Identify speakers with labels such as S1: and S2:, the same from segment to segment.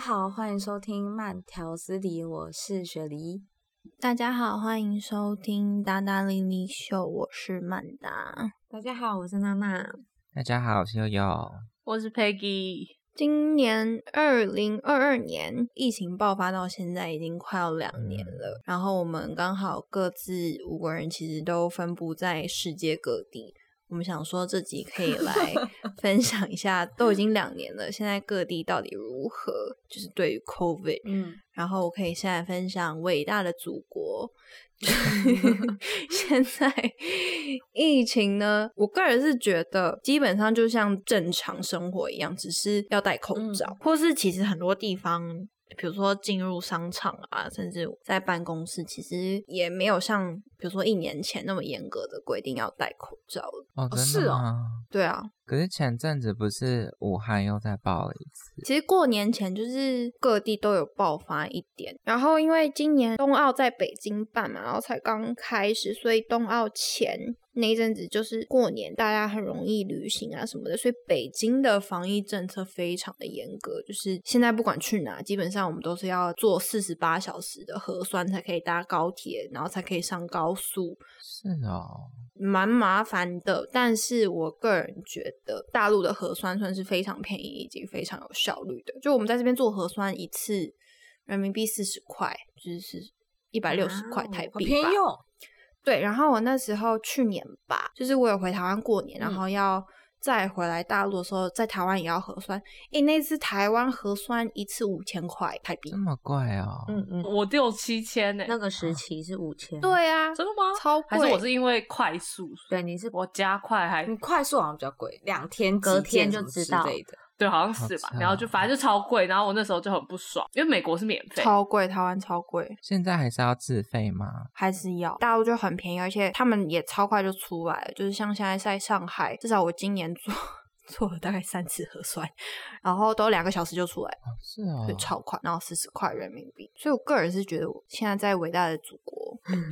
S1: 好，欢迎收听《慢条斯理》，我是雪梨。
S2: 大家好，欢迎收听《达达莉莉秀》，我是曼达，
S1: 大家好，我是娜娜。
S3: 大家好，我是悠悠。
S4: 我是 Peggy。
S2: 今年二零二二年疫情爆发到现在已经快要两年了，然后我们刚好各自五个人其实都分布在世界各地。我们想说这集可以 来分享一下，都已经两年了，现在各地到底如何？就是对于 COVID，
S1: 嗯，
S2: 然后我可以现在分享伟大的祖国。现在疫情呢，我个人是觉得基本上就像正常生活一样，只是要戴口罩，或是其实很多地方，比如说进入商场啊，甚至在办公室，其实也没有像比如说一年前那么严格的规定要戴口罩了。
S3: 哦，真
S1: 是
S3: 的
S1: 哦
S3: 吗？
S2: 对啊，
S3: 可是前阵子不是武汉又再爆了一次？
S2: 其实过年前就是各地都有爆发一点，然后因为今年冬奥在北京办嘛，然后才刚开始，所以冬奥前那一阵子就是过年，大家很容易旅行啊什么的，所以北京的防疫政策非常的严格，就是现在不管去哪，基本上我们都是要做四十八小时的核酸才可以搭高铁，然后才可以上高速，
S3: 是哦，
S2: 蛮麻烦的，但是我个人觉得大陆的核酸算是非常便宜以及非常有效率的。就我们在这边做核酸一次人民币四十块，就是一百六十块
S1: 哦
S2: 台币吧。
S1: 偏用。
S2: 哦对，然后我那时候去年吧，就是我有回台湾过年，然
S4: 嗯
S2: 后要再回来大陆的时候，在台湾也要核酸。诶，那次台湾核酸一次五千块台币
S3: 这。么贵哦？
S1: 嗯嗯，
S4: 我只有七千呢、
S1: 那个时期是五千。，
S2: 对啊，
S4: 真的吗？
S2: 超
S4: 还是
S2: 贵嗯
S4: 我是因为快速，
S1: 对，你是
S4: 我加快还
S1: 你快速好像比较贵，两天
S5: 隔
S1: 几件
S5: 天
S1: 什么
S5: 就知
S1: 之
S5: 道
S1: 类的。
S4: 对，好像是吧
S3: 好。扯
S4: 然后就反正就超贵，然后我那时候就很不爽，因为美国是免费，
S2: 超贵，台湾超贵。
S3: 现在还是要自费吗？
S2: 还是要大陆就很便宜，而且他们也超快就出来了。就是像现在在上海，至少我今年做做了大概三次核酸，然后都两个小时就出来，
S3: 哦是哦
S2: 就，超快，然后四十块人民币。所以我个人是觉得，我现在在伟大的祖国，
S1: 嗯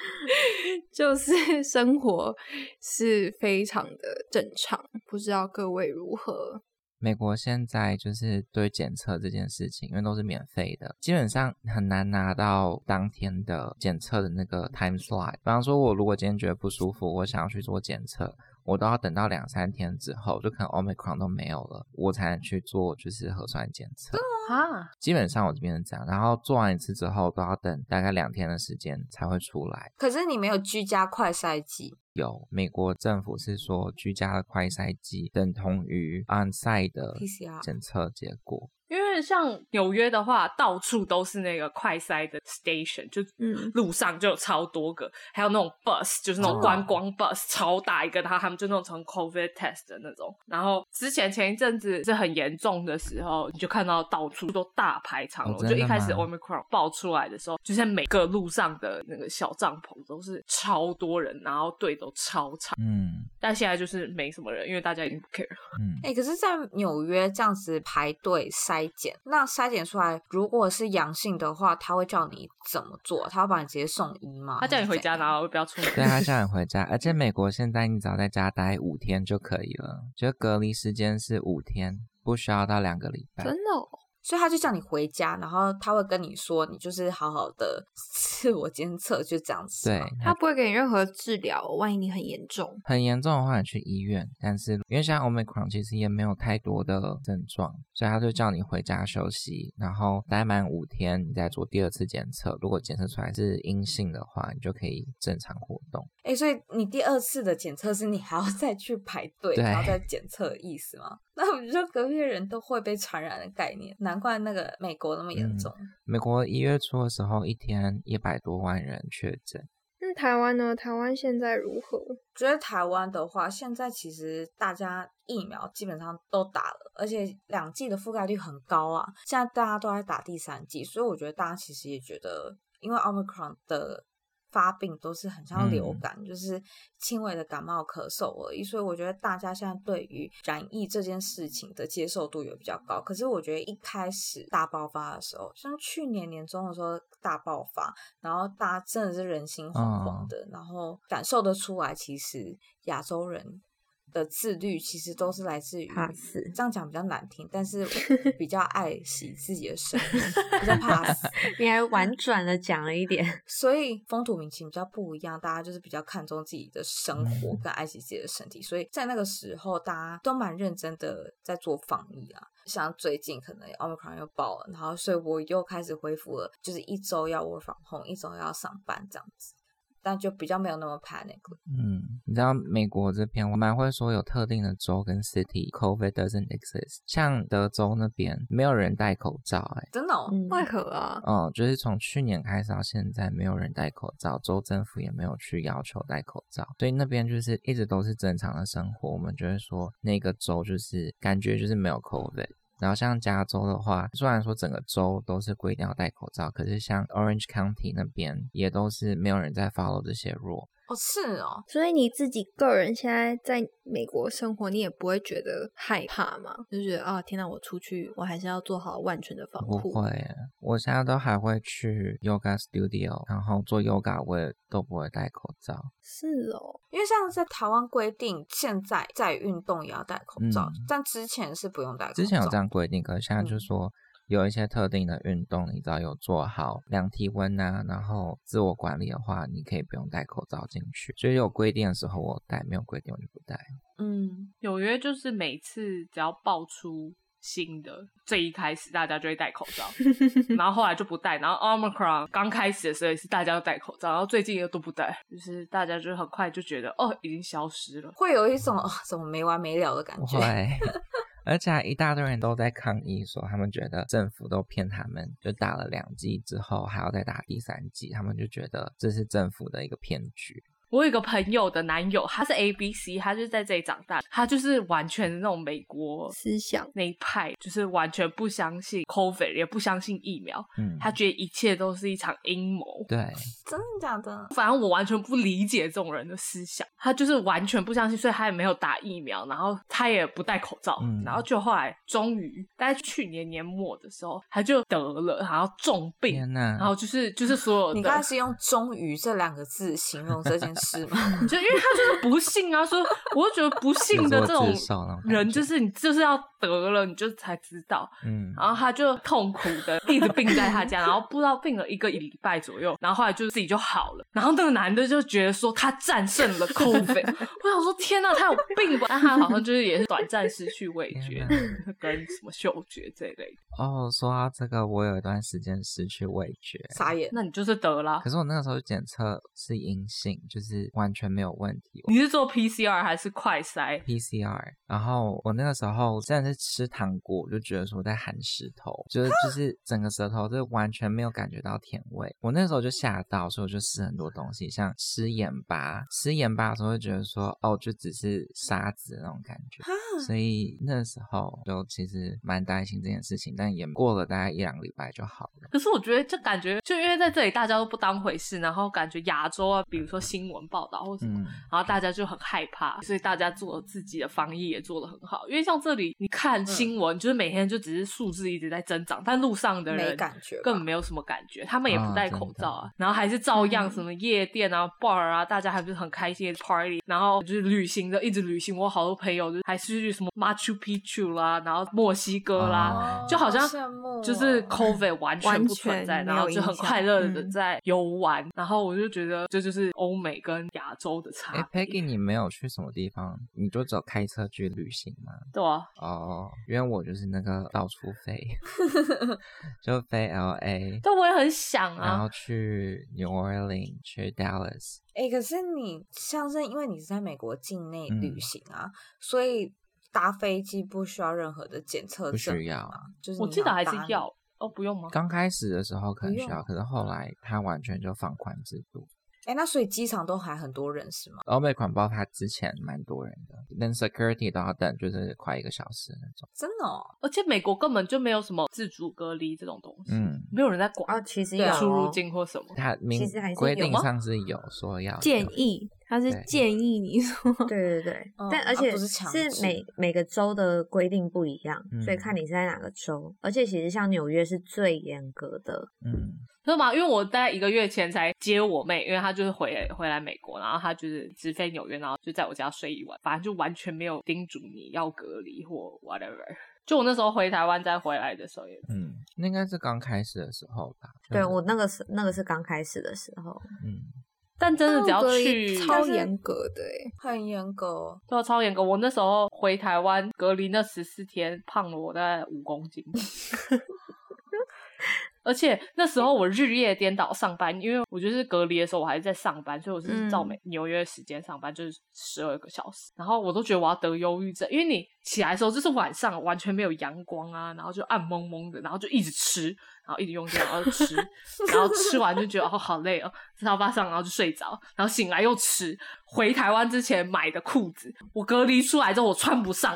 S2: 就是 生活是非常的正常。不知道各位如何？
S3: 美国现在就是对检测这件事情，因为都是免费的，基本上很难拿到当天的检测的那个 time slot。比方说，我如果今天觉得不舒服，我想要去做检测，我都要等到两三天之后，就可能 omicron 都没有了，我才能去做就是核酸检测。
S4: 啊，
S3: 基本上我这边是这样，然后做完一次之后都要等大概两天的时间才会出来。
S1: 可是你没有居家快筛机，
S3: 有美国政府是说，居家的快筛剂等同于 on-site 的
S1: PCR
S3: 检测结果。
S4: 因为像纽约的话，到处都是那个快塞的 station，就
S2: 嗯
S4: 路上就有超多个，还有那种 bus，就是那
S3: 哦
S4: 种观光 bus，、超大一个，然后他们就那种从 covid test 的那种。然后之前前一阵子是很严重的时候，你就看到到处都大排长龙。
S3: 哦真
S4: 就
S3: 的
S4: 一开始
S3: 吗
S4: omicron 爆出来的时候，就是每个路上的那个小帐篷都是超多人，然后队都超长。
S3: 嗯
S4: 但现在就是没什么人，因为大家已经不 care 了。
S3: 嗯，
S1: 哎、可是，在纽约这样子排队筛检，那筛检出来如果是阳性的话，他会叫你怎么做？他会把你直接送医吗？
S4: 他叫你回
S1: 还
S4: 家，
S1: 是怎
S4: 然
S1: 样。
S4: 后不要出 门。
S3: 对，他叫你回家，而且美国现在你只要在家待五天就可以了，就隔离时间是五天，不需要到两个礼拜
S2: 真。的、哦，
S1: 所以他就叫你回家，然后他会跟你说，你就是好好的 自我监测，就这样子吗。
S3: 对，
S2: 他不会给你任何治疗，万一你很严重。
S3: 很严重的话，你去医院。但是因为现在 Omicron 其实也没有太多的症状，所以他就叫你回家休息，然后待满五天，你再做第二次检测。如果检测出来是阴性的话，你就可以正常活动。
S1: 哎、所以你第二次的检测是你还要再去排队，
S3: 对
S1: 然后再检测，的意思吗？ 那我觉得隔壁的人都会被传染的概念，难怪那个美国那么
S3: 嗯
S1: 严重。
S3: 美国一月初的时候，一天一百多万人确诊，
S2: 那台湾呢？台湾现在如何？
S1: 觉得台湾的话，现在其实大家疫苗基本上都打了，而且两剂的覆盖率很高啊。现在大家都在打第三剂，所以我觉得大家其实也觉得，因为 Omicron 的发病都是很像流感，就是轻微的感冒、咳嗽而已。所以我觉得大家现在对于染疫这件事情的接受度也比较高。可是我觉得一开始大爆发的时候，像去年年中的时候大爆发，然后大家
S5: 嗯
S1: 真的是人心惶惶的，然后感受得出来，其实亚洲人的自律，其实都是来自于
S5: 怕死
S1: 这样讲比较难听，但是我 比较爱惜自己的生命，比较怕死，
S5: 你还 婉转的讲了一点，
S1: 所以风土民情比较不一样，大家就是比较看重自己的生
S3: 嗯
S1: 活跟爱惜自己的身体，所以在那个时候，大家都蛮认真的在做防疫啊。像最近可能 Omicron 又爆了，然后所以我又开始恢复了，就是一周要 work from home，一周要上班这样子，但就比较没有那么 panic 了。
S3: 嗯，你知道美国这边我蛮会说有特定的州跟 city COVID doesn't exist，像德州那边没有人戴口罩、欸，
S1: 真的、哦，
S5: 嗯，
S2: 为何啊？
S3: 哦，就是从去年开始到现在，没有人戴口罩，州政府也没有去要求戴口罩，所以那边就是一直都是正常的生活。我们就会说那个州就是感觉就是没有 COVID。然后像加州的话，虽然说整个州都是规定要戴口罩，可是像 Orange County 那边也都是没有人在 follow 这些 rule。
S1: 哦是哦，
S2: 所以你自己个人现在在美国生活，你也不会觉得害怕吗？就觉得啊，天哪，我出去我还是要做好万全的防
S3: 不
S2: 护。
S3: 会耶，我现在都还会去 yoga studio，然后做 yoga 我也都不会戴口罩。
S2: 是哦，
S1: 因为像在台湾规定，现在在运动也要戴口罩，
S3: 嗯
S1: 但之前是不用戴口罩。
S3: 之前有这样规定，可是现在就
S1: 嗯
S3: 说有一些特定的运动，你只要有做好量体温啊，然后自我管理的话，你可以不用戴口罩进去。所以有规定的时候我戴，没有规定我就不戴。
S1: 嗯，
S4: 纽约就是每次只要爆出新的，最一开始大家就会戴口罩，然后后来就不戴，然后 Omicron 刚开始的时候也是大家都戴口罩，然后最近又都不戴，就是大家就很快就觉得哦已经消失了。
S1: 会有一种、哦、怎么没完没了的感觉。
S3: 会，而且还一大堆人都在抗议说，他们觉得政府都骗他们，就打了两剂之后还要再打第三剂，他们就觉得这是政府的一个骗局。
S4: 我有一个朋友的男友，他是 A B C，他就是在这里长大，他就是完全那种美国
S2: 思想
S4: 那一派，就是完全不相信 COVID，也不相信疫苗，
S3: 嗯，
S4: 他觉得一切都是一场阴谋。
S3: 对，
S1: 真的假的？
S4: 反正我完全不理解这种人的思想，他就是完全不相信，所以他也没有打疫苗，然后他也不戴口罩，
S3: 嗯
S4: 然后就后来终于大概去年年末的时候，他就得了，然后重病，
S3: 天哪，
S4: 然后就是就是所有
S1: 你刚才
S4: 的，
S1: 是用“终于”这两个字形容这件事吗？
S4: 就因为他就是不信啊，说 我就觉得不
S3: 有
S4: 信的
S3: 做
S4: 这种
S3: 自首那种感
S4: 人，
S3: 觉
S4: 就是你啊就是要得了，你就才知道，
S3: 嗯，
S4: 然后他就痛苦的一直病在他家，然后不知道病了一个礼拜左右，然后后来就自己就好了。然后那个男的就觉得说他战胜 了 COVID，我想说天呐，他有病吧？但他好像就是也是短暂失去味觉
S3: 天
S4: 跟什么嗅觉这一类的。
S3: 哦，说到这个，我有一段时间失去味觉，
S1: 傻 眼。
S4: 那你就是得啦
S3: 可。是我那个时候检测是阴性，就是完全没有问题。
S4: 你是做 PCR 还是快筛？
S3: PCR，然后我那个时候真的是吃糖果，就觉得说我在含石头，就是就是整个舌头就完全没有感觉到甜味。我那时候就吓到，所以我就吃很多东西，像吃盐巴，吃盐巴的时候会觉得说哦，就只是沙子那种感觉。所以那时候就其实蛮担心这件事情，但也过了大概一两个礼拜就好了。
S4: 可是我觉得，就感觉就因为在这里大家都不当回事，然后感觉亚洲啊，比如说新闻报道或什么，
S3: 嗯，
S4: 然后大家就很害怕，所以大家做自己的防疫也做得很好。因为像这里，你
S1: 嗯
S4: 看新闻，就是每天就只是数字一直在增长，但路上的
S1: 没
S4: 人
S1: 感觉吧，
S4: 根本没有什么感觉，他们也不
S3: 啊
S4: 戴
S3: 真
S4: 口
S3: 的
S4: 罩啊，然后还是照样什
S1: 嗯
S4: 么夜店啊、bar 啊，大家还不是很开心的 party，然后就是旅行的一直旅行。我好多朋友就是还是去什么 Machu Picchu 啦，然好墨西哥啦，
S1: 哦，
S4: 就好像
S1: 羡慕哦
S4: 就是 COVID 完全不存在，
S2: 完全没
S4: 然
S2: 有
S4: 后就很快乐的
S2: 影响
S4: 在游玩，然后我就觉得这就是欧美跟亚洲的差
S3: 哎
S5: 啊
S4: 别。
S3: ，Peggy，你没有去什么地方，你就只有开车去旅行吗？
S4: 对啊，
S3: 哦，因为我就是那个到处 飞，就飞 L A，
S4: 但我也很想
S3: 然
S4: 啊
S3: 后。去 New Orleans，去 Dallas，
S1: 哎、可是你像是因为你是在美国境内
S3: 嗯
S1: 旅行啊，所以搭飞机不需要任何的检测
S3: 不
S1: 证
S3: 需要
S1: 吗？就是
S4: 我
S1: 你
S4: 记得
S1: 要
S4: 还是
S1: 搭你
S4: 要哦，不用吗？
S3: 刚开始的时候可能
S1: 不
S3: 需要，
S1: 用
S3: 可是后来他完全就放宽制度。
S1: 哎、那所以机场都还很多人是吗？
S3: 欧美款包它之前蛮多人的，连 security 都要等，就是快一个小时那种。
S1: 真的哦，
S4: 而且美国根本就没有什么自主隔离这种东西，
S3: 嗯，
S4: 没有人在管
S5: 哦，其实
S1: 对
S5: 有
S1: 啊
S4: 出入
S5: 哦
S4: 境或什么。
S3: 它明
S5: 其实还是
S3: 规
S5: 有哦
S3: 定
S4: 吗
S3: 上是有说要
S2: 建
S3: 有
S2: 议，他是
S3: 对
S2: 建议你说，
S5: 对对对，
S1: 嗯
S5: 但
S1: 啊
S5: 而且
S1: 不是强制
S5: 每每个州的规定不一样，所以
S3: 嗯
S5: 看你是在哪个州。而且其实像纽约是最严格的，
S3: 嗯，
S4: 真的吗？因为我大概一个月前才接我妹，因为她就是回回来美国，然后她就是直飞纽约，然后就在我家睡一晚，反正就完全没有叮嘱你要隔离或 whatever。就我那时候回台湾再回来的时候也，
S3: 嗯，那应该是刚开始的时候吧。就
S2: 嗯
S5: 对我那个是那个是刚开始的时候，
S3: 嗯，
S4: 但真的只要
S2: 隔
S4: 去
S2: 离超
S1: 但是
S2: 严格的欸
S1: 很严格。哦
S4: 对啊，超严格。我那时候回台湾隔离那十四天，胖了我大概五公斤。而且那时候我日夜颠倒上班，因为我就是隔离的时候我还是在上班，所以我是照美纽约时间上班，就是十二个小时。然后我都觉得我要得忧郁症，因为你起来的时候就是晚上完全没有阳光啊，然后就暗蒙蒙的，然后就一直吃，然后一直用电脑，然后吃，然后吃完就觉得哦好累哦，在沙发上然后就睡着，然后醒来又吃。回台湾之前买的裤子，我隔离出来之后我穿 不上，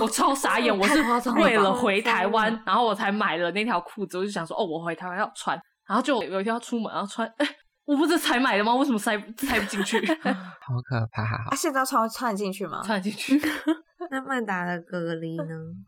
S4: 我超傻眼。我
S1: 太夸张
S4: 是
S1: 了吧
S4: 为了回台
S5: 太夸张
S4: 湾
S5: 了，
S4: 然后我才买了那条裤子，我就想说哦我回台湾要穿，然后就有一天要出门然后穿， 哎、我不是才买的吗？为什么塞塞不进去？
S3: 好可怕
S1: 啊，。现在穿穿得进去吗？
S4: 穿进去，
S5: 那曼达的隔离呢？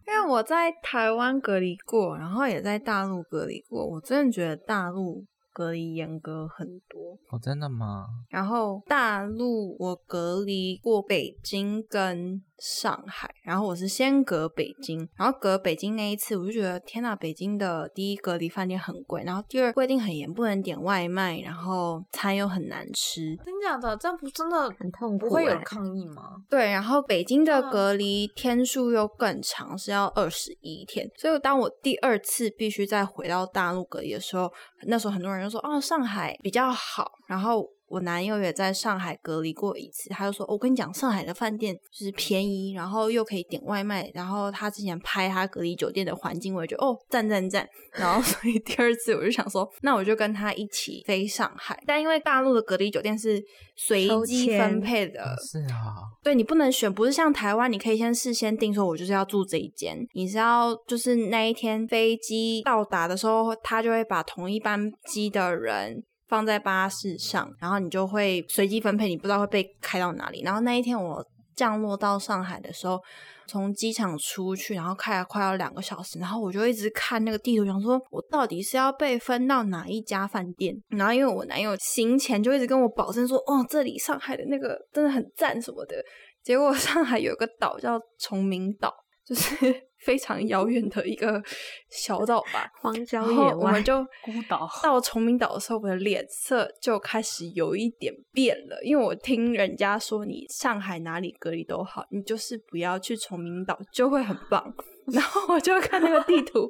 S2: 因为我在台湾隔离过，然后也在大陆隔离过，我真的觉得大陆隔离严格很多。
S3: 哦，真的吗？
S2: 然后大陆我隔离过北京跟上海，然后我是先隔北京，然后隔北京那一次我就觉得天呐，北京的第一隔离饭店很贵，然后第二规定很严，不能点外卖，然后餐又很难吃。
S1: 真假的，这样不真的
S5: 很痛苦
S1: 不会有
S5: 欸
S1: 人抗议吗？
S2: 对，然后北京的
S5: 嗯
S1: 啊
S2: 隔离天数又更长，是要二十一天。所以当我第二次必须再回到大陆隔离的时候，那时候很多人就说：“哦，上海比较好。”然后我男友也在上海隔离过一次，他就说：“我跟你讲，上海的饭店就是便宜，然后又可以点外卖。”然后他之前拍他隔离酒店的环境，我也觉得哦，赞赞赞。然后 所以第二次我就想说，那我就跟他一起飞上海。但因为大陆的隔离酒店是随
S5: 抽
S2: 机
S5: 签
S2: 分配的，
S3: 是啊，
S2: 对你不能选，不是像台湾，你可以先事先定说，我就是要住这一间。你是要就是那一天飞机到达的时候，他就会把同一班机的人放在巴士上，然后你就会随机分配，你不知道会被开到哪里。然后那一天我降落到上海的时候，从机场出去，然后开了快要两个小时，然后我就一直看那个地图，想说我到底是要被分到哪一家饭店。然后因为我男友行前就一直跟我保证说，哦，这里上海的那个真的很赞什么的。结果上海有一个岛叫崇明岛，就是 非常遥远的一个小岛吧。
S5: 荒
S2: 然
S5: 郊
S2: 后
S5: 野
S2: 我们
S5: 外，
S2: 就
S4: 孤岛
S2: 到崇明岛的时候，我的脸色就开始有一点变了，因为我听人家说，你上海哪里隔离都好，你就是不要去崇明岛，就会很棒。然后我就看那个地图，我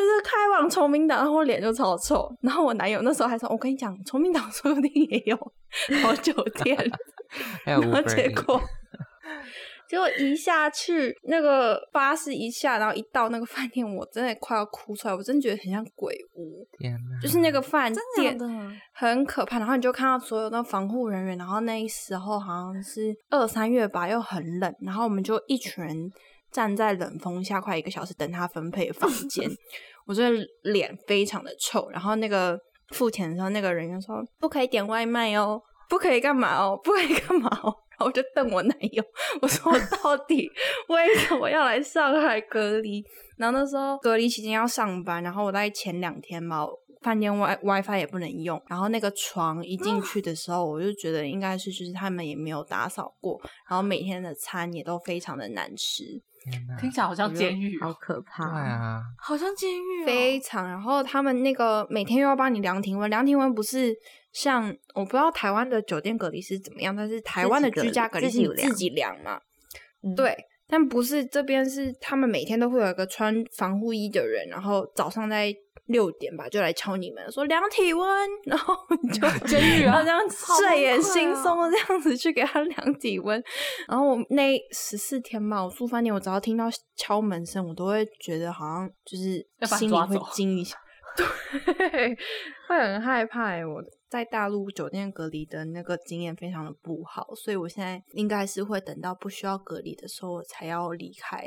S2: 就开往崇明岛，然后我脸就超臭。然后我男友那时候还说：“我跟你讲，崇明岛说不定也有 好酒店。”
S3: 还有
S2: 然
S3: u
S2: 后
S3: b
S2: 结
S3: e
S2: 果，结果一下去那个巴士一下，然后一到那个饭店，我真的快要哭出来，我真的觉得很像鬼屋，
S3: 天哪，
S2: 就是那个饭
S1: 真
S2: 店
S1: 的假的啊
S2: 很可怕。然后你就看到所有的防护人员，然后那时候好像是二三月吧，又很冷，然后我们就一群人站在冷风下快一个小时等他分配 房间，我这脸非常的臭。然后那个付钱的时候，那个人员说不可以点外卖哦，不可以干嘛哦，不可以干嘛哦。然后我就瞪我男友，我说到底为什么要来上海隔离？然后那时候隔离期间要上班，然后我大概前两天嘛，饭店 Wi WiFi 也不能用，然后那个床一进去的时候，我就觉得应该是就是他们也没有打扫过，然后每天的餐也都非常的难吃，
S3: 天哪，
S4: 听起来好像监狱哦、
S5: 好可怕。
S3: 对啊，
S1: 好像监狱、哦，
S2: 非常。然后他们那个每天又要帮你量体温，量体温不是像我不知道台湾的酒店隔离是怎么样，但是台湾的
S5: 自己隔
S2: 居家隔离
S5: 自
S2: 是
S5: 己
S2: 你
S5: 有量
S2: 自己量嘛，
S5: 嗯
S2: 对。但不是这边是他们每天都会有一个穿防护衣的人，然后早上在六点吧就来敲你们说量体温，然后你就
S4: 监狱
S2: 然
S4: 啊
S2: 后这样
S1: 好崩
S2: 睡眼
S1: 溃
S2: 惺
S1: 哦
S2: 忪的这样子去给他量体温，然后我那十四天吧，我住饭店，我只要听到敲门声，我都会觉得好像就是
S4: 要把你
S2: 心里
S4: 抓
S2: 会
S4: 走
S2: 惊一下，对，会很害怕欸、我在大陆酒店隔离的那个经验非常的不好，所以我现在应该是会等到不需要隔离的时候我才要离开，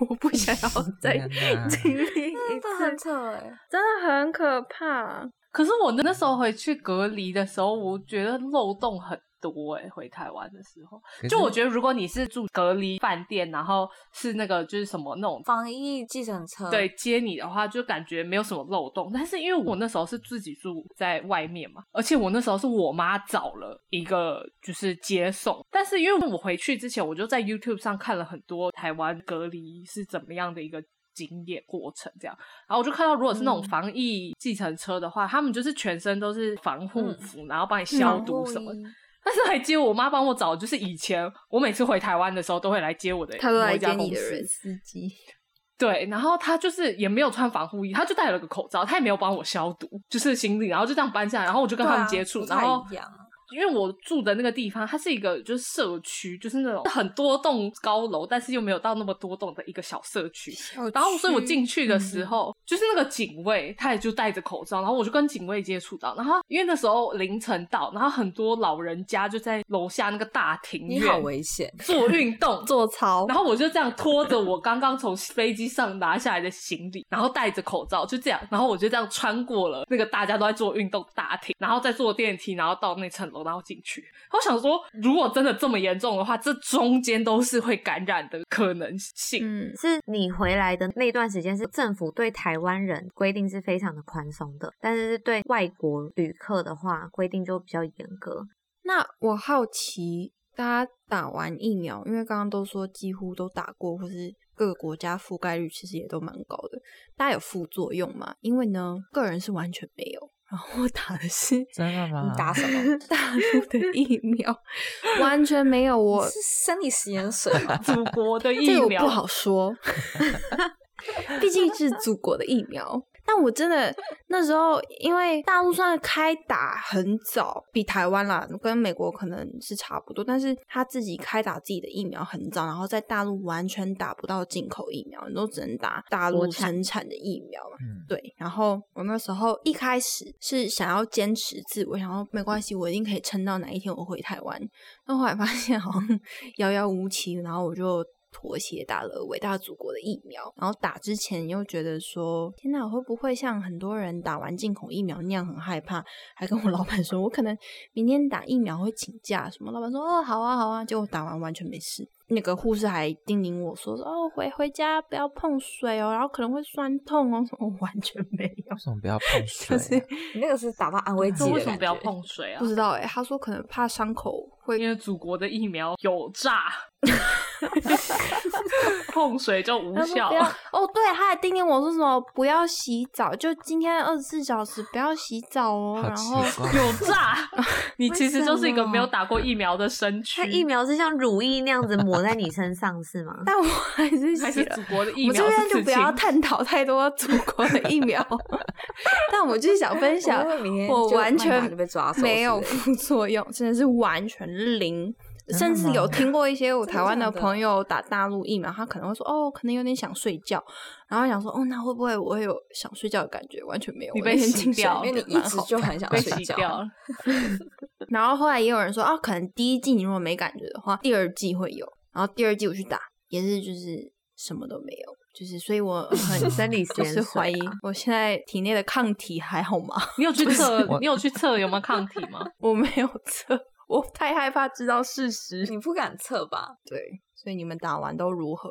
S2: 我不想 要再
S3: 天哪，
S2: 经历一
S1: 真的很
S2: 次，
S1: 扯哎、
S2: 真的很可怕。
S4: 可是我那时候回去隔离的时候，我觉得漏洞很多哎、回台湾的时候，
S3: 可
S4: 就是我觉得如果你是住隔离饭店，然后是那个就是什么那种。
S1: 防疫计程车，
S4: 对，接你的话，就感觉没有什么漏洞。但是因为我那时候是自己住在外面嘛，而且我那时候是我妈找了一个就是接送。但是因为我回去之前，我就在 YouTube 上看了很多台湾隔离是怎么样的一个经验过程，这样。然后我就看到，如果是那种
S2: 嗯
S4: 防疫计程车的话，他们就是全身都是防护
S1: 嗯
S4: 服，然后帮你消
S1: 防
S4: 毒
S1: 护
S4: 什么的。
S1: 衣
S4: 但是来接我妈帮我找，就是以前我每次回台湾的时候都会来接我的，
S2: 他都来接
S4: 家
S2: 你
S4: 公
S2: 的
S4: 司
S2: 人，司机，
S4: 对，然后他就是也没有穿防护衣，他就戴了个口罩，他也没有帮我消毒，就是行李，然后就这样搬下来，然后我就跟
S1: 对
S4: 他们
S1: 啊
S4: 接触，
S1: 不
S4: 然
S1: 太
S4: 后
S1: 一样啊
S4: 因为我住的那个地方，它是一个就是社区，就是那种很多栋高楼，但是又没有到那么多栋的一个小社区，然后，所以我进去的
S1: 嗯
S4: 时候，就是那个警卫，他也就戴着口罩，然后我就跟警卫接触到，然后因为那时候凌晨到，然后很多老人家就在楼下那个大庭
S1: 你好
S4: 院
S1: 危险，
S4: 做运动
S2: 做操，
S4: 然后我就这样拖着我刚刚从飞机上拿下来的行李，然后戴着口罩，就这样，然后我就这样穿过了那个大家都在做运动的大厅，然后再坐电梯，然后到那层楼，然后进去。我想说，如果真的这么严重的话，这中间都是会感染的可能性。
S2: 嗯，
S5: 是你回来的那段时间，是政府对台湾人规定是非常的宽松的，但是对外国旅客的话，规定就比较严格。
S2: 那我好奇，大家打完疫苗，因为刚刚都说几乎都打过，或是各个国家覆盖率其实也都蛮高的，大家有副作用吗？因为呢，个人是完全没有，然后我打的是
S3: 真的吗？
S1: 你打什 么？
S2: 大陆的疫苗，完全没有我
S1: 是生理食盐水吗？
S4: 祖国的疫
S2: 嗯 这个我
S4: 苗
S2: 不好说， 毕竟是祖国的疫苗。但我真的那时候，因为大陆算开打很早，比台湾啦跟美国可能是差不多，但是他自己开打自己的疫苗很早，然后在大陆完全打不到进口疫苗，你都只能打大
S5: 国
S2: 陆
S5: 产
S2: 生产的疫苗嘛。
S3: 嗯，
S2: 对，然后我那时候一开始是想要坚持自我，想说没关系，我一定可以撑到哪一天我回台湾。但后来发现好像遥遥无期，然后我就妥协打了伟大祖国的疫苗。然后打之前又觉得说，天哪，我会不会像很多人打完进口疫苗那样很害怕？还跟我老板说，我可能明天打疫苗会请假什么。老板说，哦，好啊，好啊。结果打完完全没事。那个护士还叮咛我说，哦，回回家不要碰水哦，然后可能会酸痛哦。 我完全没有
S3: 为，什么不要碰水
S2: 就
S3: 啊？
S2: 是
S1: 你那个是打到安慰剂
S4: 这
S1: 的
S4: 为什么
S1: 感
S4: 不要
S1: 觉？
S4: 碰水啊
S2: 不？知道哎、他说可能怕伤口会
S4: 因为祖国的疫苗有 诈，碰水就无
S2: 他说
S4: 效
S2: 不。要哦，对，他还叮咛我说什么不要洗澡，就今天二十四小时不要洗澡哦。
S3: 好
S2: 然
S3: 奇
S2: 后
S3: 怪，
S4: 有 诈！你其实就是一个没有
S1: 为什么
S4: 打过疫苗的身躯
S5: 它，疫苗是像乳液那样子抹在你身上是吗？
S2: 但我还是
S4: 还
S2: 洗
S4: 是
S2: 了
S4: 祖。国的
S2: 我
S4: 疫
S2: 们
S4: 苗
S2: 这边
S4: 是
S2: 就
S4: 刺
S2: 不
S4: 青
S2: 要探讨太多祖国的疫苗， 但我就是想 分享
S1: 我们会不会明天，
S2: 我
S1: 就
S2: 完
S1: 曼达
S2: 全
S1: 就被抓走
S2: 没有
S1: 之类
S2: 副 作用，真的是完全零。
S3: 的
S2: 甚至
S3: 吗
S2: 有听过一些我
S1: 真的
S2: 台湾的
S1: 假的
S2: 朋友打大陆疫苗，他可能会说哦，可能有点想睡觉，然后想说哦，那会不会我会有想睡觉的感觉？完全没有，
S4: 你
S2: 我
S4: 被
S2: 那天
S4: 洗
S2: 精神
S4: 掉
S1: 因为你一
S2: 蛮
S1: 直
S2: 好
S1: 就
S2: 的
S1: 很想
S4: 被
S1: 睡
S4: 洗
S1: 觉，
S4: 掉 了。
S2: 然后后来也有人说啊，可能第一季你如果没感觉的话，第二季会有。然后第二季我去打，也是就是什么都没有，就是所以我 很
S5: 生理实
S2: 就
S5: 验
S2: 是
S5: 水
S2: 怀疑
S5: 啊
S2: 我现在体内的抗体还好吗？
S4: 你有去 测？
S3: 我
S4: 你有去测有没有抗体吗？
S2: 我没有测，我太害怕知道事实。
S1: 你不敢测吧？
S2: 对，所以你们打完都如何？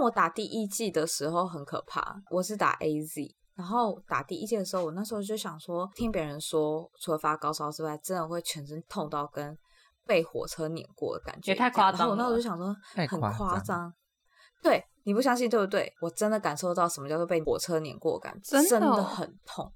S1: 我打第一季的时候很可怕，我是打 A Z，然后打第一季的时候，我那时候就想说，听别人说，除了发高烧之外，真的会全身痛到跟被火车碾过的感觉一
S4: 也
S1: 样，
S4: 太夸张
S1: 然后我那时候
S4: 了
S1: 就想说，
S3: 太
S1: 很
S3: 夸
S1: 夸
S3: 张
S1: 张。对，你不相信对不对？我真的感受到什么叫做被火车碾过的感觉，
S2: 真的
S1: 真
S2: 哦
S1: 的很 痛，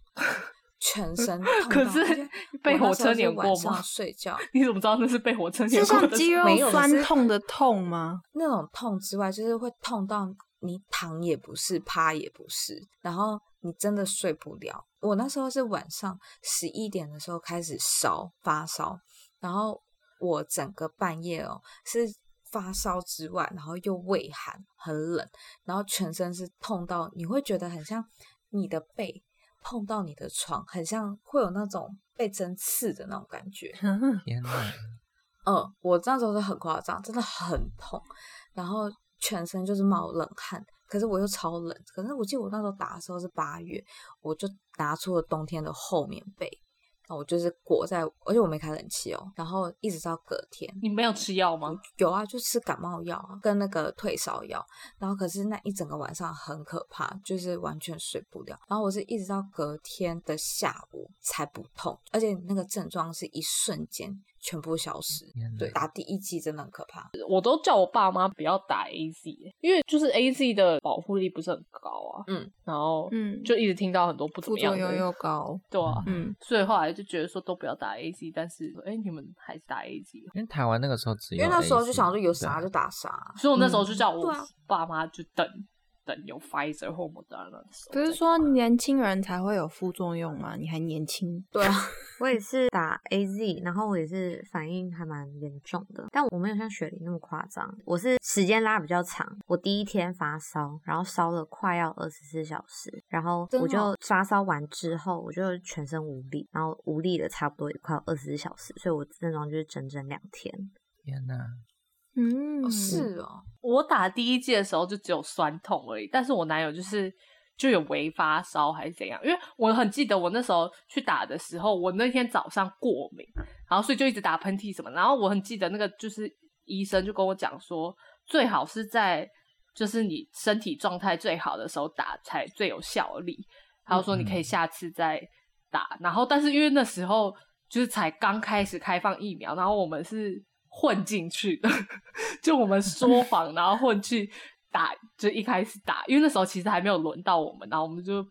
S1: 全身痛到。
S4: 可是
S1: 而且
S4: 被
S1: 我那
S4: 火
S1: 时候是
S4: 车碾过
S1: 晚上
S4: 吗
S1: 睡觉，
S4: 你怎么知道那是被火车
S2: 是
S4: 碾过
S2: 像
S4: 的？
S2: 肌肉
S1: 没有
S2: 酸
S1: 是
S2: 痛的痛吗？
S1: 那种痛之外，就是会痛到你躺也不是，趴也不是，然后你真的睡不了。我那时候是晚上十一点的时候开始烧发烧，然后我整个半夜哦是发烧之外，然后又畏寒，很冷，然后全身是痛到你会觉得很像你的背碰到你的床，很像会有那种被针刺的那种感觉。
S3: 天哪！
S1: 嗯，我那时候是很夸张，真的很痛，然后全身就是冒冷汗，可是我又超冷，可是我记得我那时候打的时候是八月，我就拿出了冬天的厚棉被，我就是裹在，而且我没开冷气哦，然后一直到隔天。
S4: 你没有吃药吗？
S1: 有啊，就吃感冒药啊，跟那个退烧药，然后可是那一整个晚上很可怕，就是完全睡不了。然后我是一直到隔天的下午才不痛，而且那个症状是一瞬间全部消失
S3: 天哪。
S1: 对，打第一剂真的很可怕。
S4: 我都叫我爸妈不要打 A Z，因为就是 A Z 的保护力不是很高啊。
S1: 嗯，
S4: 然后
S2: 嗯
S4: 就一直听到很多不怎
S2: 副
S4: 么样
S2: 作
S4: 的，
S2: 用又高，
S4: 对啊，
S2: 嗯，
S4: 所以后来就觉得说都不要打 A Z，但是哎、你们还是打 A Z，哦
S3: 因为台湾那个时候只
S1: 因
S3: 有 A
S1: 为
S3: 四，
S1: 那时候就想说有啥
S3: 对啊
S1: 就打啥，
S4: 所以我那时
S2: 嗯
S4: 候就叫我
S1: 对啊
S4: 爸妈就等、等有 Pfizer 或 Moderna 的时候
S2: 不
S4: 再打。
S2: 是说年轻人才会有副作用吗？你还年轻，
S1: 对啊，
S5: 我也是打 A Z，然后我也是反应还蛮严重的，但我没有像雪梨那么夸张，我是时间拉比较长。我第一天发烧，然后烧了快要二十四小时，然后
S1: 真
S5: 我
S1: 的哦
S5: 就发烧完之后，我就全身无力，然后无力了差不多也快二十四小时，所以我症状就是整整两天。
S3: 天哪，
S2: 嗯
S1: 哦是哦，
S4: 我打第一季的时候就只有酸痛而已，但是我男友就是就有微发烧还是怎样，因为我很记得我那时候去打的时候，我那天早上过敏，然后所以就一直打喷嚏什么，然后我很记得那个就是医生就跟我讲说，最好是在就是你身体状态最好的时候打才最有效力，他就说你可以下次再打，然后但是因为那时候就是才刚开始开放疫苗，然后我们是混进去的， 就我们说谎，然后混去打，就一开始打，因为那时候其实还没有轮到我们，然后我们就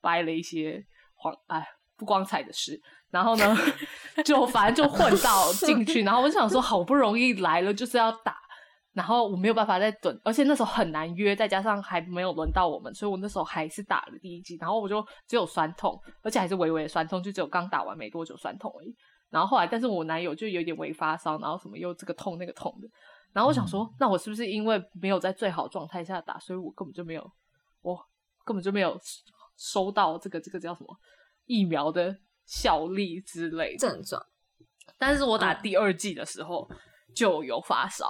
S4: 掰了一些谎，哎，不光彩的事。然后呢， 就反正就混到进去，然后我就想说，好不容易来了，就是要打，然后我没有办法再等，而且那时候很难约，再加上还没有轮到我们，所以我那时候还是打了第一剂，然后我就只有酸痛，而且还是微微的酸痛，就只有刚打完没多久酸痛而已。然后后来，但是我男友就有点微发烧，然后什么又这个痛那个痛的，然后我想说，那我是不是因为没有在最好状态下打，所以我根本就没有，我根本就没有收到这个这个叫什么疫苗的效力之类的。
S1: 症状
S4: 但是我打
S2: 嗯
S4: 第二剂的时候就有发烧，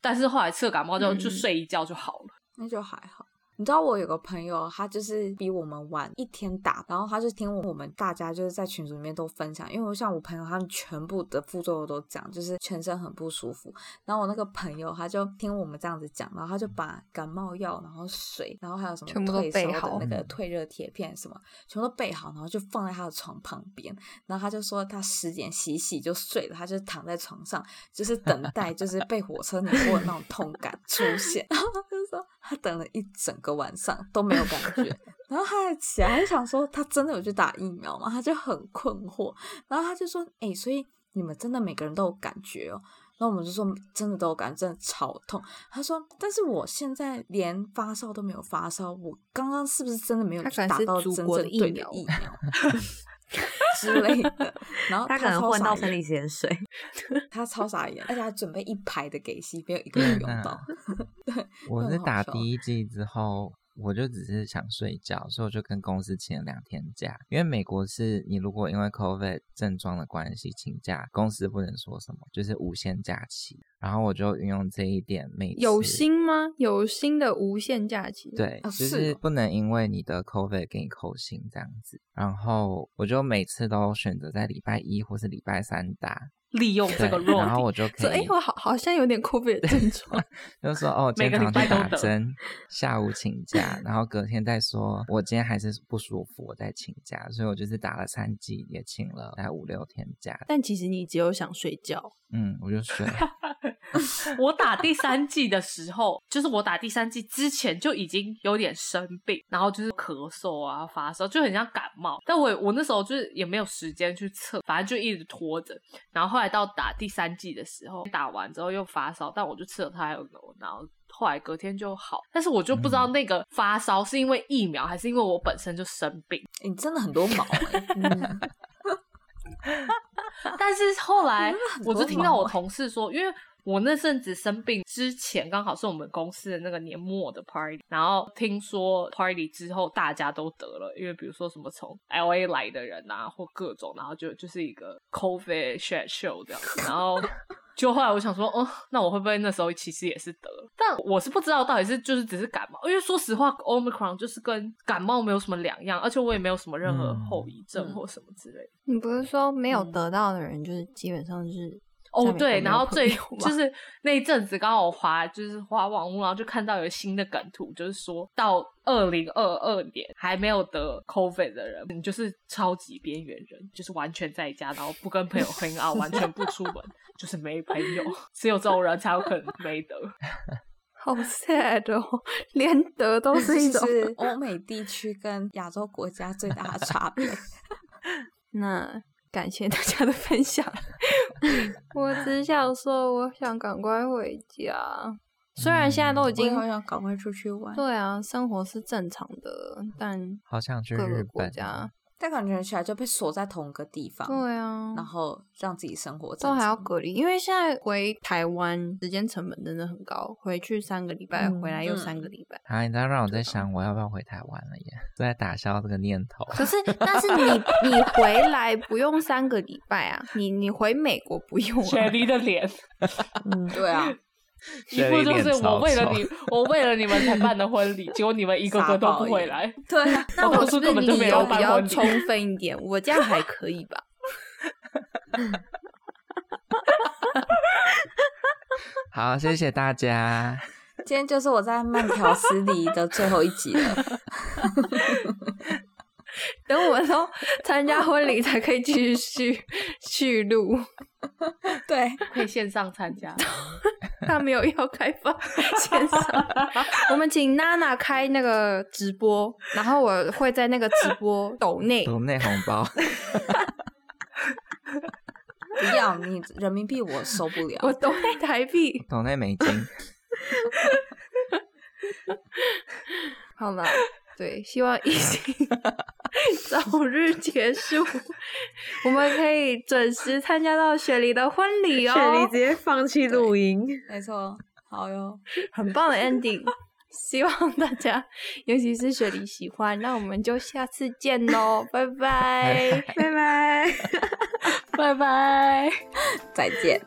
S4: 但是后来吃了感冒就就
S2: 嗯
S4: 睡一觉就好了。
S1: 那就还好。你知道我有个朋友，他就是比我们晚一天打，然后他就听我们大家就是在群组里面都分享，因为我像我朋友他们全部的副作用都这样，就是全身很不舒服。然后我那个朋友他就听我们这样子讲，然后他就把感冒药，然后水，然后还有什么
S2: 全部都
S1: 退烧
S2: 备好
S1: 的那个
S3: 嗯
S1: 退热贴片什么，全部都备好，然后就放在他的床旁边。然后他就说他十点洗一洗就睡了，他就躺在床上，就是等待，就是被火车碾过的那种痛感出现。就是说他等了一整个晚上都没有感觉， 然后他还起来还想说他真的有去打疫苗吗？他就很困惑，然后他就说：“哎、所以你们真的每个人都有感觉哦。”然后我们就说真的都有感觉，真的超痛。他说：“但是我现在连发烧都没有发烧，我刚刚是不是真的没有
S2: 他
S1: 去
S2: 可能
S1: 打
S2: 是
S1: 到
S2: 祖
S1: 真正
S2: 国的疫
S1: 对的
S2: 苗
S1: 疫苗之类的？”然后
S5: 他可能
S1: 哦超
S5: 混
S1: 傻
S5: 到
S1: 眼
S5: 生理盐水，
S1: 他超傻眼，而且还准备一排的给西，没有一个
S2: 嗯
S1: 人用到。
S3: 我
S1: 很
S3: 是
S1: 好
S3: 打
S1: 笑
S3: 第一季之后，我就只是想睡觉，所以我就跟公司请了两天假。因为美国是你如果因为 COVID 症状的关系请假，公司不能说什么，就是无限假期。然后我就运用这一点，每次
S2: 有薪吗？有薪的无限假期，，
S3: 对，
S1: 啊
S3: 就是是
S1: 哦
S3: 不能因为你的 COVID 给你扣薪这样子。然后我就每次都选择在礼拜一或是礼拜三打，
S4: 利用
S3: 对
S4: 这个弱
S3: 然后
S4: 点，
S3: 我就可
S2: 说哎
S3: 以，
S2: 我好好像有点 COVID 的症 状，
S3: 就说哦，今
S4: 每
S3: 天早
S4: 个
S3: 上
S4: 礼拜
S3: 去
S4: 都
S3: 打
S4: 得
S3: 针，下午请假，然后隔天再说，我今天还是不舒服，我再请假，所以我就是打了三剂，也请了大概五六天假，
S2: 但其实你只有想睡觉，
S3: 嗯，我就 睡，
S4: 我打第三季的时候，就是我打第三季之前就已经有点生病，然后就是咳嗽啊、发烧，就很像感冒。但我我那时候就是也没有时间去测，反正就一直拖着。然后后来到打第三季的时候，打完之后又发烧，但我就吃了它还有然后。后来隔天就好，但是我就不知道那个发烧是因为疫苗还是因为我本身就生病。
S1: 你真的很多毛、 欸，嗯，
S4: 但是后来
S1: 真的很
S4: 我就
S1: 多
S4: 听到
S1: 毛
S4: 我
S1: 欸
S4: 同事说，因为我那阵子生病之前，刚好是我们公司的那个年末的 party，然后听说 party 之后大家都得了，因为比如说什么从 L A 来的人啊，或各种，然后就就是一个 COVID shit show 这样子，然后就后来我想说，哦，那我会不会那时候其实也是得了？但我是不知道到底是就是只是感冒，因为说实话，omicron 就是跟感冒没有什么两样，而且我也没有什么任何
S3: 嗯
S4: 后遗症
S5: 嗯
S4: 或什么之类的。
S2: 你不是说没有
S5: 嗯
S2: 得到的人，就是基本上就是
S4: 哦
S2: 在，美
S4: 对，
S2: 国没
S4: 然
S2: 有
S4: 后
S2: 朋
S4: 最
S2: 友
S4: 就
S2: 吗
S4: 是那一阵子刚好我滑就是滑网络，然后就看到有新的梗图，就是说到二零二二年还没有得 COVID 的人，你就是超级边缘人，就是完全在家，然后不跟朋友 hang out，完全不出门，就是没朋友，只有这种人才有可能没得。
S2: 好 sad 哦，连得都 是一
S1: 这
S2: 种。
S1: 是欧美地区跟亚洲国家最大的差 别。
S2: 那感谢大家的分 享，我只想说，我想赶快回家。嗯虽然现在都已
S1: 我也
S2: 经
S1: 好想赶快出去玩，
S2: 对啊，生活是正常的，但
S3: 好想去
S2: 各
S3: 日
S2: 个国
S3: 本
S2: 家
S3: 哦，
S1: 但感觉起来就被锁在同一个地方，
S2: 对啊，
S1: 然后让自己生活
S2: 都
S1: 正
S2: 还要
S1: 常
S2: 隔离，因为现在回台湾时间成本真的很高，回去三个礼拜，
S4: 嗯
S2: 回来又
S1: 嗯
S2: 三个礼拜。
S3: 啊，你知道让我在想，我要不要回台湾了耶？在打消这个念头。
S2: 可是，但是你你回来不用三个礼拜啊，你你回美国不用
S4: 雪
S2: 啊，
S4: 梨的脸，
S5: 嗯，
S1: 对啊，
S4: 一
S3: 雪
S4: 副
S3: 梨
S4: 就
S3: 脸
S4: 是
S3: 超
S4: 我为了
S3: 丑
S4: 你，我为了你们才办的婚礼，结果你们一个
S1: 傻
S4: 个都
S1: 爆
S4: 不回
S1: 眼
S4: 来。
S1: 对啊，
S2: 那
S4: 我
S2: 我
S4: 当
S2: 是
S4: 初
S2: 不
S4: 根
S2: 是
S4: 本
S2: 理
S4: 就没有
S2: 由比
S4: 办
S2: 较
S4: 婚礼
S2: 充分一点？我这样还可以吧？
S3: 好，谢谢大家。
S1: 今天就是我在慢条斯理的最后一集 了。
S2: 等我都参加婚礼才可以继续续录，
S1: 对，
S4: 可以线上参加，
S2: 他没有要开放线上。我们请娜娜开那个直播，然后我会在那个直播抖
S4: 哎
S2: 内。
S3: 读内红包，
S1: 不要你人民币我受不了。
S2: 我抖内台币，
S3: 读内美金。
S2: 好啦，对，希望疫 情 早日结束， 我们可以准时参加到雪梨的婚礼哦，
S5: 雪梨直接放弃录音，
S1: 没错，好哟，
S2: 很棒的 ending，希 望大家，尤其是雪梨喜欢，那我们就下次见喽，拜拜。
S5: 拜 拜。
S4: 拜拜。
S1: 再见。